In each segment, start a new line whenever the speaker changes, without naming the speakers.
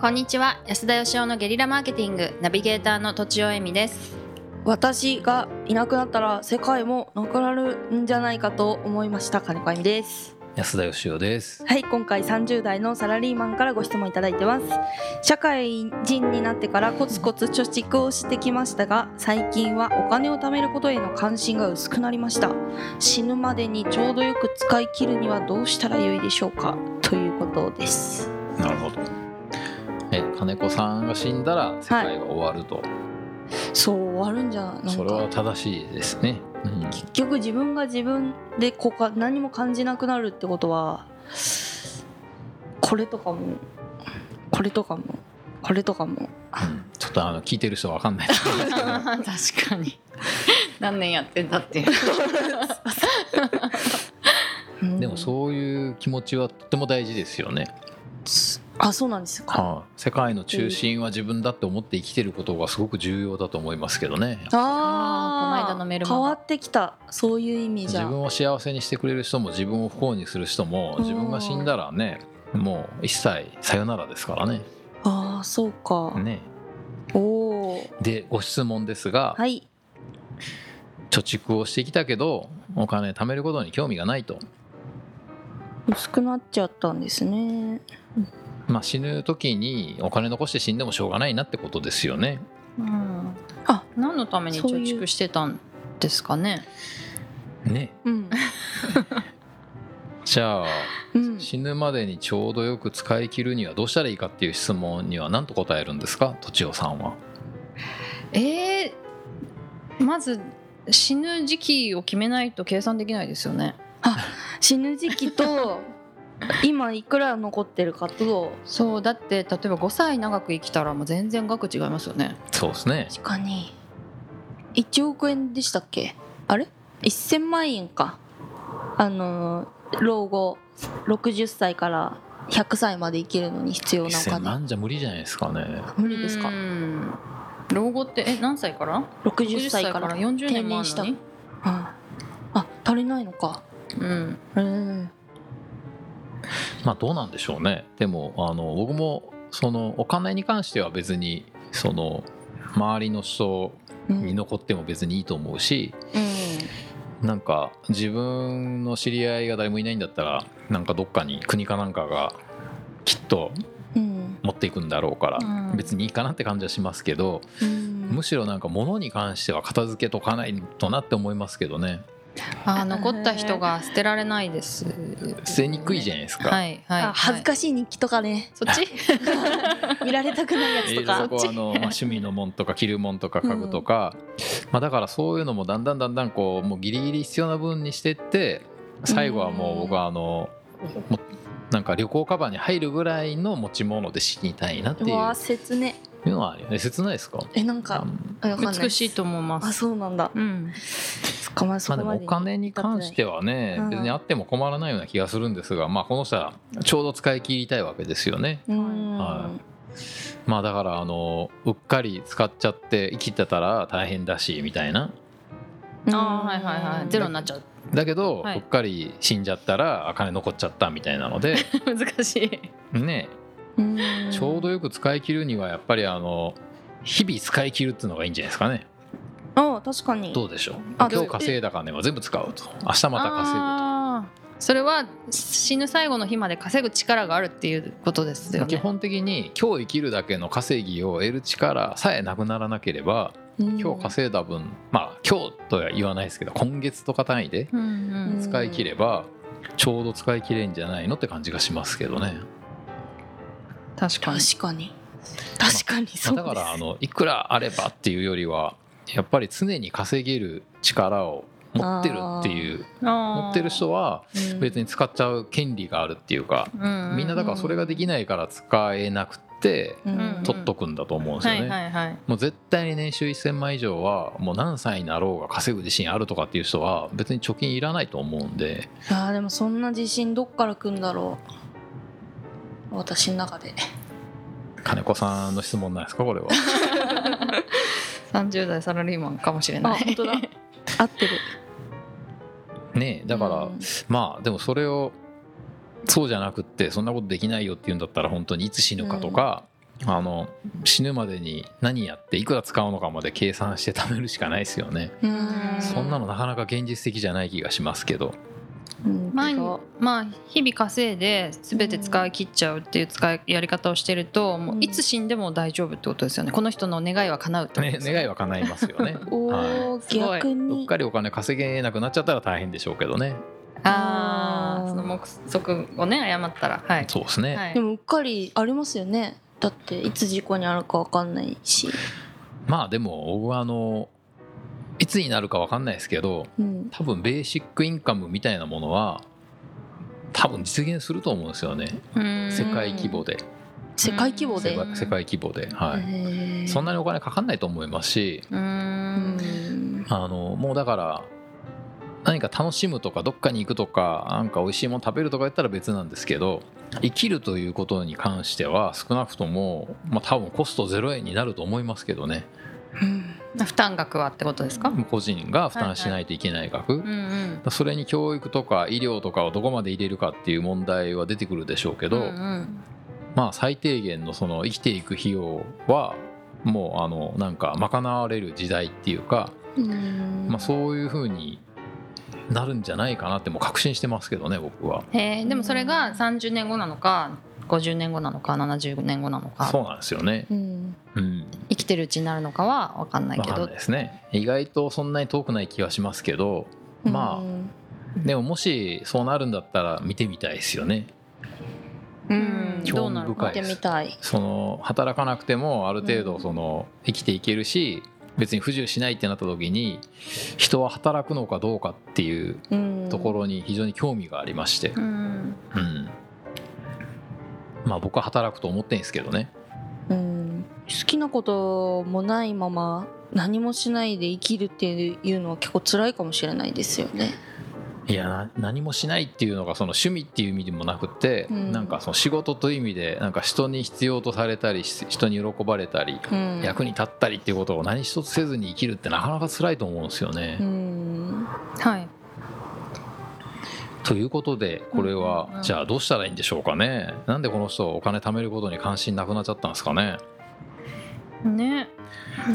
こんにちは安田義生のゲリラマーケティングナビゲーターのとちおえみです
私がいなくなったら世界もなくなるんじゃないかと思いました金子あゆみです
安田義雄です。
はい今回30代のサラリーマンからご質問いただいてます社会人になってからコツコツ貯蓄をしてきましたが最近はお金を貯めることへの関心が薄くなりました死ぬまでにちょうどよく使い切るにはどうしたらよいでしょうかということです
なるほど。え、金子さんが死んだら世界が終わると、
そう終わるんじゃない
それ
か
は正しいですね。うん、
結局自分が自分でこうか何も感じなくなるってことはこれとかもこれとかもこれとかも
うんちょっとあの聞いてる人はわかんないと思うんですけど
確かに何年やってんだっていう
うん
でもそういう気持ちはとても大事ですよね。
あそうなんですか
はい世界の中心は自分だって思って生きてることがすごく重要だと思いますけどね。
あ
あーこの間のメルマガ
変わってきたそういう意味じ
自
ゃ
分を幸せにしてくれる人も自分を不幸にする人も自分が死んだらねもう一切さよならですからね。
ああそうか、
ね
おお
でご質問ですが、
はい
貯蓄をしてきたけどお金貯めることに興味がないと、
薄くなっちゃったんですね
まあ、死ぬ時にお金残して死んでもしょうがないなってことですよね
うん
あ
何のために貯蓄してたんですかね
ね
うん、
じゃあ
うん、
死ぬまでにちょうどよく使い切るにはどうしたらいいかっていう質問には何と答えるんですかとちおさんは
えー、まず死ぬ時期を決めないと計算できないですよね
死ぬ時期と今いくら残ってるかと
そうだって例えば5歳長く生きたらもう全然額違いますよね
そうですね
確かに1億円でしたっけあれ1000万円かあのー老後60歳から100歳まで生きるのに必要なお
1000
金
万じゃ無理じゃないですかね
無理ですか
うん老後ってえ何歳から
60歳から
60歳40年もあるの
定
に
年ああ足りないのか
うん
うん
まあどうなんでしょうねでもあの僕もそのお金に関しては別にその周りの人
う
に
ん
残っても別にいいと思うし、
う
なんか自分の知り合いが誰もいないんだったらなんかどっかに国かなんかがきっと
ん
持っていくんだろうから、
うん
別にいいかなって感じはしますけど、
うん
むしろなんか物に関しては片付けとかないとなって思いますけどね
あー残った人が捨てられないです
捨てにくいじゃないですか。
はいはい、はい、
あ恥ずかしい日記と かね
そっち
見られたくないやつと
いろいろ
か
こ うあの、まあ、趣味のもんとか着るもんとか家具とか、まあ、だからそういうのもだんだんだんだんこうもうギリギリ必要な分にしてって最後はもう僕はあの、もなんか旅行カバンに入るぐらいの持ち物で死にたいなっていうう
わー切ね
いうのはあるよね切ないですか
えなん
あ
か
の
あわかんない
美しいと思いま
あ
す
そうなんだ
うん
そっかまあそ
ま
こ
あ、でも
ま
お
で
金に関してはね
うん
別にあっても困らないような気がするんですが、まあ、この人はちょうど使い切りたいわけですよね。
うん
はいまあ、だからあのうっかり使っちゃって生きてたら大変だしみたいな
うん
あーはいはいはいゼロになっちゃう
だけど、
はいう
っかり死んじゃったらあ金残っちゃったみたいな ので
難しい
ねちょうどよく使い切るにはやっぱりあの日々使い切るっていうのがいいんじゃないですかね
ああ確かに
どうでしょう
あ
今日稼いだ金は全部使うと明日また稼ぐと。
あーそれは死ぬ最後の日まで稼ぐ力があるっていうことですよね
基本的に今日生きるだけの稼ぎを得る力さえなくならなければ今日稼いだ分まあ今日とは言わないですけど今月とか単位で
うんうん
使い切ればちょうど使い切れんじゃないのって感じがしますけどね。
確かに
確かに確かにそうで
だ
す、
からあのいくらあればっていうよりはやっぱり常に稼げる力を持ってるっていう持
持
ってる人は
うん
別に使っちゃう権利があるっていうかみ
み
んなだからそれができないから使えなくて
うん
うん
取っとくんだと思うんですよ
はい
ね。
はいはい
もう絶対に年収1,000万以上はもう何歳になろうが稼ぐ自信あるとかっていう人は別に貯金いらないと思うんで
あーでもそんな自信どっから来んだろう私の中で
金子さんの質問なんですかこれは。
30代サラリーマンかもしれ
あ
ない
本当 だ合ってる
ねえだから、
うん
まあでもそれをそうじゃなくってそんなことできないよっていうんだったら本当にいつ死ぬかとか、あの死ぬまでに何やっていくら使うのかまで計算して貯めるしかないですよね
うん
そんなのなかなか現実的じゃない気がしますけど
うん
前に
てか
まあ日々稼いで全て使い切っちゃうっていう使いやり方をしてるともういつ死んでも大丈夫ってことですよねこの人の願いは叶うってこと
ね
ですよ
願いは叶いますよね
お
は
お
すごい
逆
どっ
に
かりお金稼げなくなっちゃったら大変でしょうけどね
あ
あー
あその目測をね誤ったらはい、
そうですね、
はい
で、もうっかりありますよねだっていつ事故にあるかわかんないし、
まあでも僕はあのいつになるか分かんないですけど
うん、
多分ベーシックインカムみたいなものは多分実現すると思うんですよね世界規模で
世界規模
世
で
う
界
ん
世界規模ではい
へー
そんなにお金かかんないと思いますし
うー
うんん
あのもうだから何か楽しむとかどっかに行くとかなんか美味しいもの食べるとかやったら別なんですけど生きるということに関しては少なくとも、まあ、多分コスト0円になると思いますけどね
うん
負担額はってことですか、
個人が負担しないといけない額、
うんうん
それに教育とか医療とかをどこまで入れるかっていう問題は出てくるでしょうけど、
うんうん
まあ最低限のその生きていく費用はもうあのなんか賄われる時代っていうか、
うん
まあ、そういうふうになるんじゃないかなってもう確信してますけどね僕は。
へえでもそれが30年後なのか50年後なのか70年後なのか
そうなんですよね、
うん
うん、
生きてるうちになるのかは分かんない
わ
け
かん
ど
ないですね意外とそんなに遠くない気はしますけどまあ
うん
でももしそうなるんだったら見てみたいですよね
うんどうなる
興味深
か
見
い
てみたい
その働かなくてもある程度その生きていけるし別に不自由しないってなった時に人は働くのかどうかっていう
うん
ところに非常に興味がありまして
う、ん
うん、まあ僕は働くと思ってんですけどね
うん好きなこともないまま何もしないで生きるっていうのは結構辛いかもしれないですよね。
いやな何もしないっていうのがその趣味っていう意味でもなくて、
うん
なんかその仕事という意味でなんか人に必要とされたりし人に喜ばれたり、
うん、
役に立ったりっていうことを何一つせずに生きるってなかなか辛いと思うんですよね。
うん
はい
ということでこれは
うんうん
じゃあどうしたらいいんでしょうかねなんでこの人はお金貯めることに関心なくなっちゃったんですかね
ね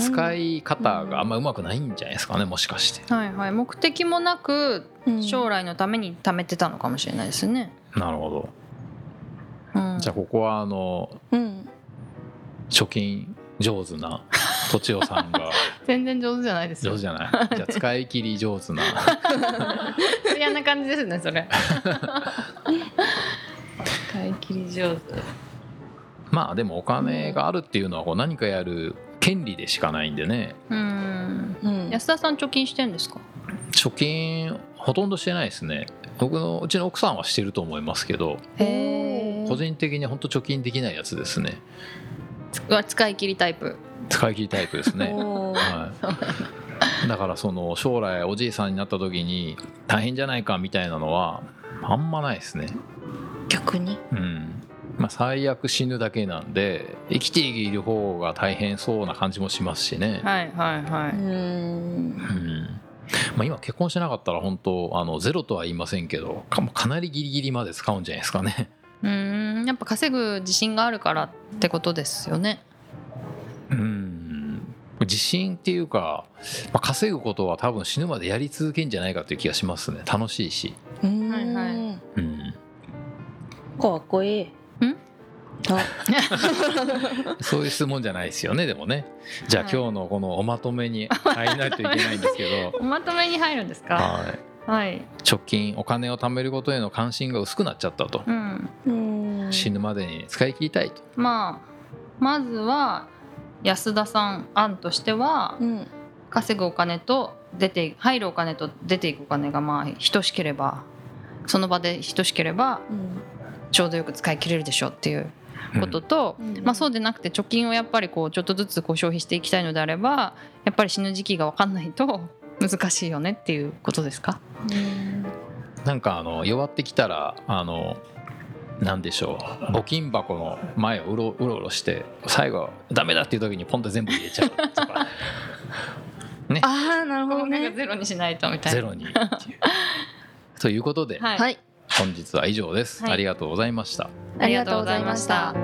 使い方があんまうまくないんじゃないですかねもしかして
はいはい目的もなく
うん
将来のために貯めてたのかもしれないですね、
なるほど
うん、
じゃあここはあの
うん
貯金上手なとちおさんが
全然上手じゃないです
上
よ
手じゃない じゃあ使い切り上手な
嫌な感じですねそれ使い切り上手
まあでもお金があるっていうのはこう何かやる権利でしかないんでね
うん
うん
安田さん貯金してんですか
貯金ほとんどしてないですね僕のうちの奥さんはしてると思いますけど
へ
ー
個人的に本当貯金できないやつですね
うわ使い切りタイプ
使い切りタイプですね
おー
はい、だからその将来おじいさんになった時に大変じゃないかみたいなのはあんまないですね
逆に
うんまあ最悪死ぬだけなんで生きている方が大変そうな感じもしますしね、
はいはいは
う
い
ん
うんまあ、今結婚してなかったら本当あのゼロとは言いませんけどかかなりギリギリまで使うんじゃないですかね
うんやっぱ稼ぐ自信があるからってことですよね
うん自信っていうか、まあ稼ぐことは多分死ぬまでやり続けんじゃないかという気がしますね楽しいし、
うん
はいはい
うん、
かっこいい
ん
あ
そういう質問じゃないですよねでもねじゃあ
はい
今日のこのおまとめに入らないといけないんですけど
おまとめに入るんですか
はい
はい
貯金お金を貯めることへの関心が薄くなっちゃったと
うん
うん
死ぬまでに使い切りたいと
まあまずは安田さん案としては
うん
稼ぐお金と出て入るお金と出ていくお金がまあ等しければその場で等しければ
うん
ちょうどよく使い切れるでしょうっていうことと、
うん
まあ、そうでなくて貯金をやっぱりこうちょっとずつこう消費していきたいのであればやっぱり死ぬ時期が分かんないと 難しいよねっていうことですか
うんなんかあの弱ってきたらあのなんでしょう募金箱の前をうろうろうろして最後ダメだっていう時にポンと全部入れちゃ うとか
ああなるほ
な
ど
んか
ね
ゼロにしないとみたいな。
ゼロにっていうということで、
はい
はい
本日は以上です、
はい
ありがとうございました
ありがとうございました。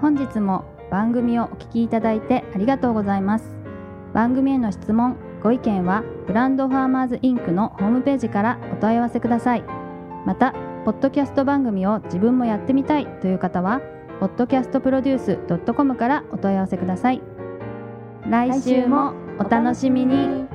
本日も番組をお聞きいただいてありがとうございます番組への質問ご意見はブランドファーマーズインクのホームページからお問い合わせくださいまたポッドキャスト番組を自分もやってみたいという方は podcastproduce.com からお問い合わせください来週もお楽しみに